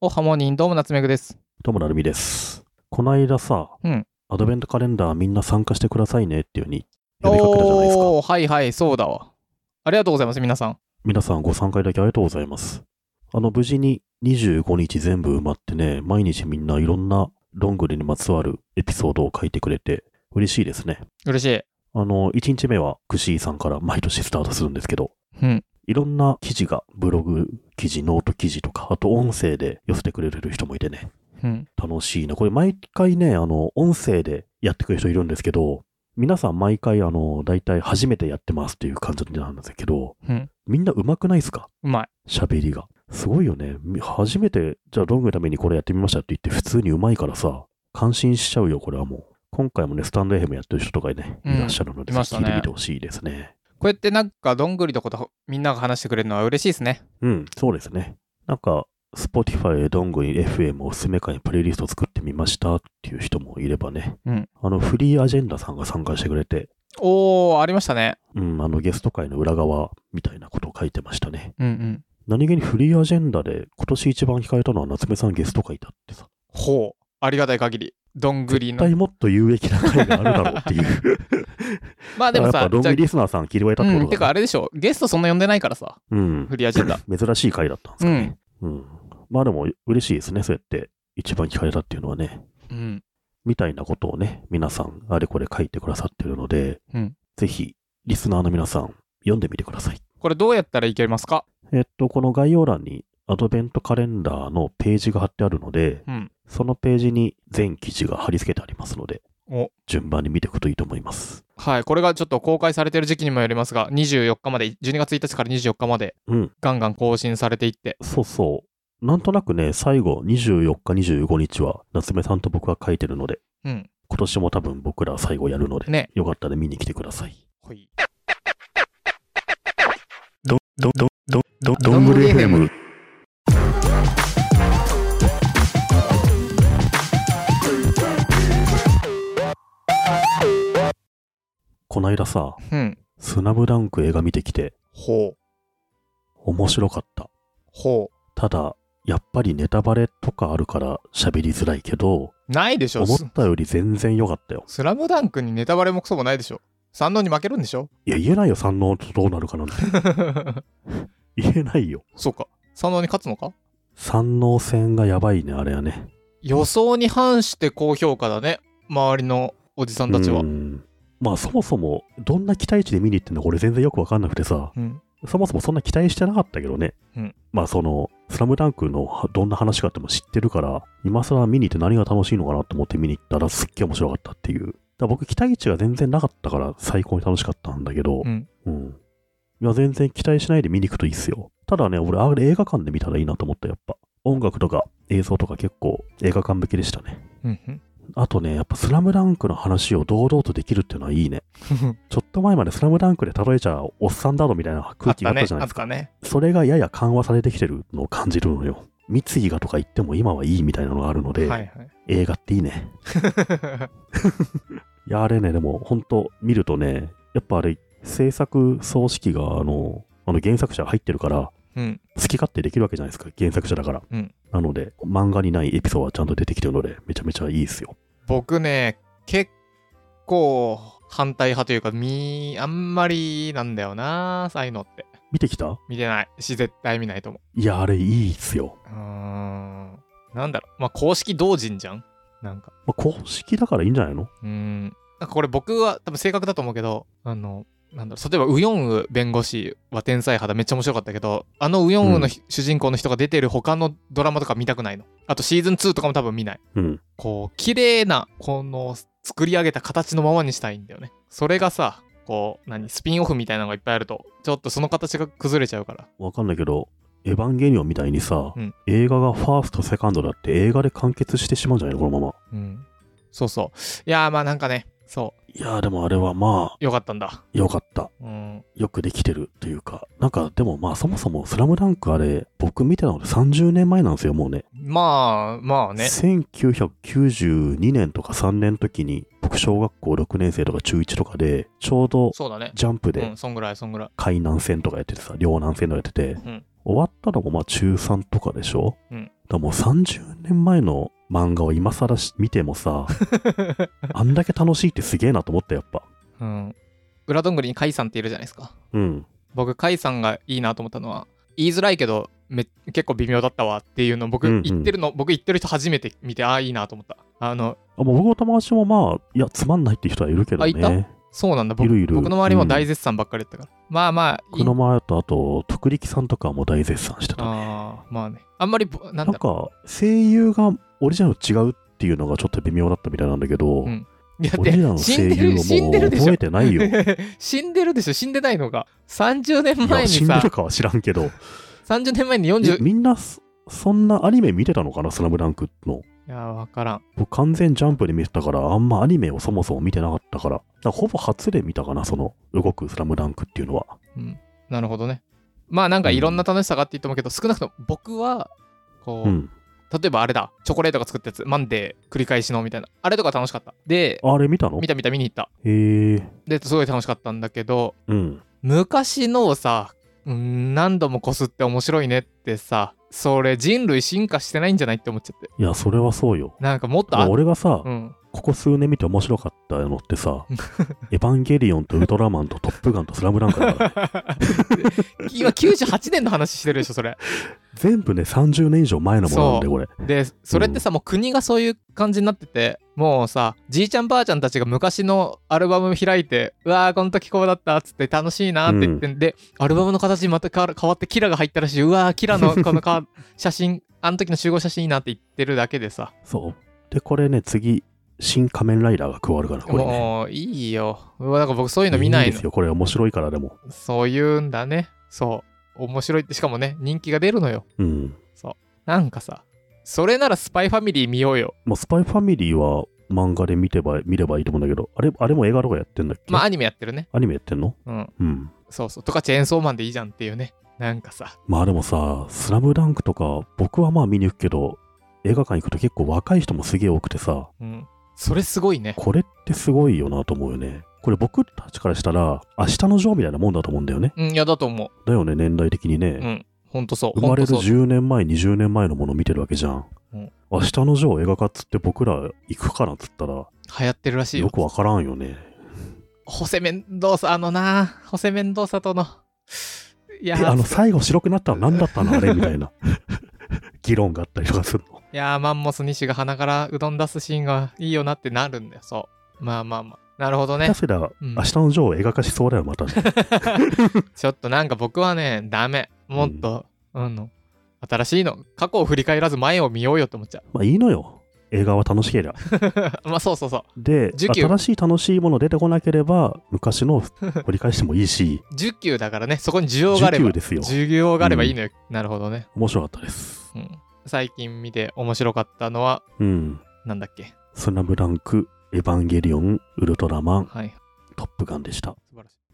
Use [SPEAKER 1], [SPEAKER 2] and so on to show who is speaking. [SPEAKER 1] おはモニン、どうも、夏目ぐです。
[SPEAKER 2] どうもなるみです。こないださ、
[SPEAKER 1] うん
[SPEAKER 2] アドベントカレンダーみんな参加してくださいねっていうふうに呼びかけたじゃないですか。
[SPEAKER 1] おー、はいはい、そうだわ。ありがとうございます、皆さん。
[SPEAKER 2] 皆さんご参加いただきありがとうございます。あの、無事に25日全部埋まってね、毎日みんないろんなどんぐりにまつわるエピソードを書いてくれて嬉しいですね。
[SPEAKER 1] 嬉しい。
[SPEAKER 2] あの、1日目はクシーさんから毎年スタートするんですけど、
[SPEAKER 1] うん。
[SPEAKER 2] いろんな記事が、ブログ記事、ノート記事とか、あと音声で寄せてくれる人もいてね、
[SPEAKER 1] うん。
[SPEAKER 2] 楽しいな。これ毎回ね、あの、音声でやってくれる人いるんですけど、皆さん毎回あの、大体初めてやってますっていう感じなんですけど、
[SPEAKER 1] うん
[SPEAKER 2] みんな上手くないですか
[SPEAKER 1] うまい。
[SPEAKER 2] 喋りが。すごいよね。み初めて、じゃあロングのためにこれやってみましたって言って普通に上手いからさ、感心しちゃうよ、これはもう。今回もね、スタンド FM やってる人とかね、
[SPEAKER 1] うん
[SPEAKER 2] いらっしゃるので、
[SPEAKER 1] いまし
[SPEAKER 2] ぜ
[SPEAKER 1] た
[SPEAKER 2] ひ
[SPEAKER 1] ね
[SPEAKER 2] 聞いてみてほしいですね。
[SPEAKER 1] こうやってなんか、どんぐりのこと、みんなが話してくれるのは嬉しいですね。
[SPEAKER 2] うん、そうですね。なんか、Spotify でどんぐり FM おすすめ会にプレイリストを作ってみましたっていう人もいればね、
[SPEAKER 1] うん
[SPEAKER 2] あの、フリーアジェンダさんが参加してくれて、
[SPEAKER 1] おー、ありましたね。
[SPEAKER 2] うん、あの、ゲスト会の裏側みたいなことを書いてましたね。
[SPEAKER 1] うんうん。
[SPEAKER 2] 何気にフリーアジェンダで今年一番聞かれたのは夏目さんゲスト会だってさ、
[SPEAKER 1] ほう。ありがたい限り。どんぐり
[SPEAKER 2] 絶
[SPEAKER 1] の。
[SPEAKER 2] 対もっと有益な会があるだろうっていう。
[SPEAKER 1] まあでも
[SPEAKER 2] やっぱ
[SPEAKER 1] さ、
[SPEAKER 2] ロン
[SPEAKER 1] じゃ
[SPEAKER 2] グリスナーさん聞いてくれた
[SPEAKER 1] あ、
[SPEAKER 2] っ
[SPEAKER 1] う
[SPEAKER 2] てこ
[SPEAKER 1] ん。
[SPEAKER 2] と
[SPEAKER 1] てか、
[SPEAKER 2] だ
[SPEAKER 1] あれでしょ。ゲストそんな呼んでないからさ、
[SPEAKER 2] うん、
[SPEAKER 1] フリーアジェン ダ。
[SPEAKER 2] 珍しい会だったんです
[SPEAKER 1] う
[SPEAKER 2] か
[SPEAKER 1] ん
[SPEAKER 2] ね。。うん。まあでも嬉しいですね、そうやって一番聞かれたっていうのはね。
[SPEAKER 1] うん。
[SPEAKER 2] みたいなことをね、皆さん、あれこれ書いてくださってるので、
[SPEAKER 1] うん
[SPEAKER 2] ぜひ、リスナーの皆さん、読んでみてください。
[SPEAKER 1] これどうやったらいけますか
[SPEAKER 2] えっと、この概要欄に、アドベントカレンダーのページが貼ってあるので、
[SPEAKER 1] うん。
[SPEAKER 2] そのページに全記事が貼り付けてありますので、
[SPEAKER 1] お
[SPEAKER 2] 順番に見ていくといいと思います。
[SPEAKER 1] はい、これがちょっと公開されてる時期にもよりますが、24日まで、12月1日から24日まで、
[SPEAKER 2] うん
[SPEAKER 1] ガンガン更新されていって、
[SPEAKER 2] そうそう。なんとなくね、最後、24日、25日は、夏目さんと僕が書いてるので、
[SPEAKER 1] うん。
[SPEAKER 2] 今年も多分僕ら最後やるので、
[SPEAKER 1] ね。
[SPEAKER 2] よかったら見に来てください。
[SPEAKER 1] ほい。
[SPEAKER 2] ど、ど、ど、ど、
[SPEAKER 1] どんぐり FM。
[SPEAKER 2] こないださ、
[SPEAKER 1] うん。
[SPEAKER 2] スナムダンク映画見てきて、
[SPEAKER 1] ほう。
[SPEAKER 2] 面白かった。
[SPEAKER 1] ほ
[SPEAKER 2] ただ、やっぱりネタバレとかあるから喋りづらいけど、
[SPEAKER 1] う。ないでしょ。
[SPEAKER 2] 思
[SPEAKER 1] ス
[SPEAKER 2] ったより全然良かったよ。
[SPEAKER 1] スラムダンクにネタバレもクソもないでしょ。三能に負けるんでしょ
[SPEAKER 2] いや、言えないよ、三能とどうなるかなんて。言えないよ。
[SPEAKER 1] そうか。三能に勝つのか
[SPEAKER 2] 三能戦がやばいね、あれはね。
[SPEAKER 1] 予想に反して高評価だね。周りのおじさんたちは
[SPEAKER 2] う。んまあそもそもどんな期待値で見に行ってんのか俺全然よくわかんなくてさ
[SPEAKER 1] うん。
[SPEAKER 2] そもそもそんな期待してなかったけどね、
[SPEAKER 1] うん
[SPEAKER 2] まあその「スラムダンクのはどんな話かっても知ってるから今更見に行って何が楽しいのかなと思って見に行ったらすっげえ面白かったっていうだから僕期待値が全然なかったから最高に楽しかったんだけど
[SPEAKER 1] う、ん。
[SPEAKER 2] うんいや全然期待しないで見に行くといいっすよただね俺あれ映画館で見たらいいなと思ったやっぱ音楽とか映像とか結構映画館向きでしたね
[SPEAKER 1] うんうん。
[SPEAKER 2] あとね、やっぱスラムダンクの話を堂々とできるっていうのはいいね。ちょっと前までスラムダンクで例えちゃおっさんだろみたいな
[SPEAKER 1] あ
[SPEAKER 2] 空
[SPEAKER 1] っ
[SPEAKER 2] 気があ
[SPEAKER 1] た
[SPEAKER 2] った
[SPEAKER 1] ね
[SPEAKER 2] じゃ。な
[SPEAKER 1] あっ
[SPEAKER 2] いですか。
[SPEAKER 1] たね。
[SPEAKER 2] それがやや緩和されてきてるのを感じるのよ。三井がとか言っても今はいいみたいなのがあるの
[SPEAKER 1] は
[SPEAKER 2] で、
[SPEAKER 1] いはい。
[SPEAKER 2] 映画っていいね。いや、あれね、でも本当見るとね、やっぱあれ、制作総指揮があの、あの原作者入ってるから、
[SPEAKER 1] うん。
[SPEAKER 2] 好き勝手できるわけじゃないですか、原作者だから。
[SPEAKER 1] うん
[SPEAKER 2] なので、漫画にないエピソードはちゃんと出てきてるので、めちゃめちゃいいですよ。
[SPEAKER 1] 僕ね結構反対派というかみあんまりなんだよなああいうのって
[SPEAKER 2] 見てきた
[SPEAKER 1] 見てないし絶対見ないと思
[SPEAKER 2] いや、あれいいっすよ。
[SPEAKER 1] ううーんなんだろうまあ公式同人じゃんなんか
[SPEAKER 2] まあ、公式だからいいんじゃないの
[SPEAKER 1] うーんなんかこれ僕は多分正確だと思うけどあのなんだろう例えばウヨンウ弁護士は天才派だめっちゃ面白かったけどあのウヨンウのひ、主人公の人が出てる他のドラマとか見たくないのあとシーズン2とかも多分見ない
[SPEAKER 2] うん。
[SPEAKER 1] こう綺麗なこの作り上げた形のままにしたいんだよねそれがさこう何スピンオフみたいなのがいっぱいあるとちょっとその形が崩れちゃうから
[SPEAKER 2] わかんないけど、エヴァンゲリオンみたいにさ、
[SPEAKER 1] うん
[SPEAKER 2] 映画がファースト、セカンドだって映画で完結してしまうんじゃないのこのまま。
[SPEAKER 1] うんそうそういやーまあなんかねそ
[SPEAKER 2] いやーでもあれはまあ、
[SPEAKER 1] うよかったんだ
[SPEAKER 2] よかった。
[SPEAKER 1] うん
[SPEAKER 2] よくできてるというか、なんかでもまあそもそもスラムダンクあれ、僕見てたので30年前なんですよ、もうね。
[SPEAKER 1] まあまあね
[SPEAKER 2] 1992年とか3年の時に、僕小学校6年生とか中1とかで、ちょうど
[SPEAKER 1] そうだね
[SPEAKER 2] ジャンプ
[SPEAKER 1] う
[SPEAKER 2] で
[SPEAKER 1] んそんぐらいそんぐらい
[SPEAKER 2] 海南戦とかやっててさ、両南戦とかやってて、
[SPEAKER 1] うん
[SPEAKER 2] 終わったのもまあ中3とかでしょ
[SPEAKER 1] うん
[SPEAKER 2] だからもう30年前の漫画を今更し見ても さ、あんだけ楽しいってすげえなと思ったやっぱ。
[SPEAKER 1] うん。裏どんぐりに甲斐さんっているじゃないですか。
[SPEAKER 2] うん。
[SPEAKER 1] 僕、甲斐さんがいいなと思ったのは、言いづらいけど、め結構微妙だったわっていうの僕
[SPEAKER 2] うんうん
[SPEAKER 1] 言ってるの、僕言ってる人初めて見てああいいなと思ったあの
[SPEAKER 2] あもう僕の友達もまあ、いや、つまんないって人はいるけど
[SPEAKER 1] あいた
[SPEAKER 2] ね。
[SPEAKER 1] そうなんだ僕
[SPEAKER 2] いるいる
[SPEAKER 1] 僕の周りも大絶賛ばっかりだったから、まあまあい
[SPEAKER 2] 僕
[SPEAKER 1] い
[SPEAKER 2] の前だと、あと、徳力さんとかも大絶賛してたね。
[SPEAKER 1] あーまあねあんまりぼな
[SPEAKER 2] なん
[SPEAKER 1] んだろ
[SPEAKER 2] か、声優がオリジナルと違うっていうのがちょっと微妙だったみたいなんだけど、
[SPEAKER 1] うんういや
[SPEAKER 2] オリジナル
[SPEAKER 1] だっ
[SPEAKER 2] の
[SPEAKER 1] て
[SPEAKER 2] 声
[SPEAKER 1] 死んで
[SPEAKER 2] 優
[SPEAKER 1] る死
[SPEAKER 2] を
[SPEAKER 1] ん
[SPEAKER 2] も
[SPEAKER 1] で
[SPEAKER 2] う
[SPEAKER 1] るでし
[SPEAKER 2] 覚
[SPEAKER 1] ょ
[SPEAKER 2] えてな いよ。い
[SPEAKER 1] 死んでるでしょ死んでないのが30年前
[SPEAKER 2] や、
[SPEAKER 1] に
[SPEAKER 2] 死んで
[SPEAKER 1] さ
[SPEAKER 2] るかは知らんけど、
[SPEAKER 1] 30年前に
[SPEAKER 2] え
[SPEAKER 1] 40い
[SPEAKER 2] みんなそ、そんなアニメ見てたのかな、スラムダンクの。
[SPEAKER 1] やわからん
[SPEAKER 2] 僕完全ジャンプで見てたから、あんまアニメをそもそも見てなかったから、だからほぼ初で見たかな、その動くスラムダンクっていうのは。
[SPEAKER 1] うん、なるほどね。まあなんかいろんな楽しさがあっていいと思うけど、少なくとも僕はこう、
[SPEAKER 2] うん。
[SPEAKER 1] 例えばあれだチョコレートが作ったやつマンデー繰り返しのみたいなあれとか楽しかったで
[SPEAKER 2] あれ見たの
[SPEAKER 1] 見た見た見に行った
[SPEAKER 2] へえ。
[SPEAKER 1] ですごい楽しかったんだけど
[SPEAKER 2] うん。
[SPEAKER 1] 昔のをさうん何度もこすって面白いねってさそれ人類進化してないんじゃないって思っちゃって
[SPEAKER 2] いや、それはそうよ。
[SPEAKER 1] なんかもっとあ
[SPEAKER 2] 俺がさ、
[SPEAKER 1] うん
[SPEAKER 2] ここ数年見て面白かったのってさ、 エヴァンゲリオンとウルトラマンとトップガンとスラムダンク だから、
[SPEAKER 1] 今98年の話してるでしょそれ
[SPEAKER 2] 全部ね、30年以上前のものなんで、
[SPEAKER 1] そ
[SPEAKER 2] これ。
[SPEAKER 1] でそれってさ、もう国がそういう感じになっててもうさじいちゃんばあちゃんたちが昔のアルバム開いてうわーこの時こうだったっつって楽しいなって言って、でアルバムの形また変わ変わってキラが入ったらしいうわーキ ラのこのか写真あの時の集合写真いいなって言ってるだけでさ
[SPEAKER 2] そう。で、これね、次、新仮面ライダーが加わるから、これね。
[SPEAKER 1] もういいようわなんか僕そういうの見ない
[SPEAKER 2] い
[SPEAKER 1] の
[SPEAKER 2] んですよ、これ面白いからでも。
[SPEAKER 1] そういうんだねそう面白いってしかもね人気が出るのよ
[SPEAKER 2] うん。
[SPEAKER 1] なんかさそれならスパイファミリー見ようよ
[SPEAKER 2] まあ、スパイファミリーは漫画で見てば見ればいいと思うんだけど、あれあれも映画とかやってんだっけ、
[SPEAKER 1] まあアニメやってるね
[SPEAKER 2] アニメやってんの
[SPEAKER 1] うん
[SPEAKER 2] うん。
[SPEAKER 1] そうそうとかチェーンソーマンでいいじゃんっていうねなんかさ
[SPEAKER 2] まあでもさ、スラムダンクとか、僕はまあ見に行くけど、映画館行くと結構若い人もすげえ多くてさ、
[SPEAKER 1] うん、それすごいね。
[SPEAKER 2] これってすごいよなと思うよね。これ僕たちからしたら、明日のジョーみたいなもんだと思うんだよね。
[SPEAKER 1] うん、いやだと思
[SPEAKER 2] だよね、年代的に
[SPEAKER 1] う。う
[SPEAKER 2] ね。
[SPEAKER 1] ん、ほんとそう。
[SPEAKER 2] 生まれる
[SPEAKER 1] ほんとそう
[SPEAKER 2] 10年前、20年前のもの見てるわけじゃん。
[SPEAKER 1] うん
[SPEAKER 2] 明日のジョー映画化っつって僕ら行くかなっつったら、
[SPEAKER 1] 流行ってるらしい
[SPEAKER 2] よ
[SPEAKER 1] よ。
[SPEAKER 2] くわからんよね。
[SPEAKER 1] ホセメンドーサ、あのな、ホセメンドーサとの。い
[SPEAKER 2] え
[SPEAKER 1] や、
[SPEAKER 2] あの最後白くなったの何だ ったのあれみたいな議論があったりとかするの。
[SPEAKER 1] いやマンモス西が鼻からうどん出すシーンがいいよなってなるんだよ。そう。まあまあまあ。なるほどね
[SPEAKER 2] 下手。すりゃ
[SPEAKER 1] うん
[SPEAKER 2] 明日のジョーを映画化しそうだよ、ま た、ね。
[SPEAKER 1] ちょっとなんか僕はね、ダメ。もっと、あの、新しいの、過去を振り返らず前を見ようよって思っちゃ
[SPEAKER 2] まあいいのよ。映画は楽しけりゃ。
[SPEAKER 1] う。 まあそうそうそう。
[SPEAKER 2] で、
[SPEAKER 1] 需給
[SPEAKER 2] 新しい楽しいもの出てこなければ、昔の掘り返してもいいし、
[SPEAKER 1] 需給だからね、そこに需要があれ
[SPEAKER 2] 需
[SPEAKER 1] ば
[SPEAKER 2] 給。ですよ。
[SPEAKER 1] 需要があればいいのよ。なるほどね。
[SPEAKER 2] 面白かったです。
[SPEAKER 1] うん、最近見て面白かったのは
[SPEAKER 2] うん。
[SPEAKER 1] なんだっけ
[SPEAKER 2] スラムダンク、エヴァンゲリオン、ウルトラマン、
[SPEAKER 1] はい
[SPEAKER 2] トップガンでした。
[SPEAKER 1] 素晴らしい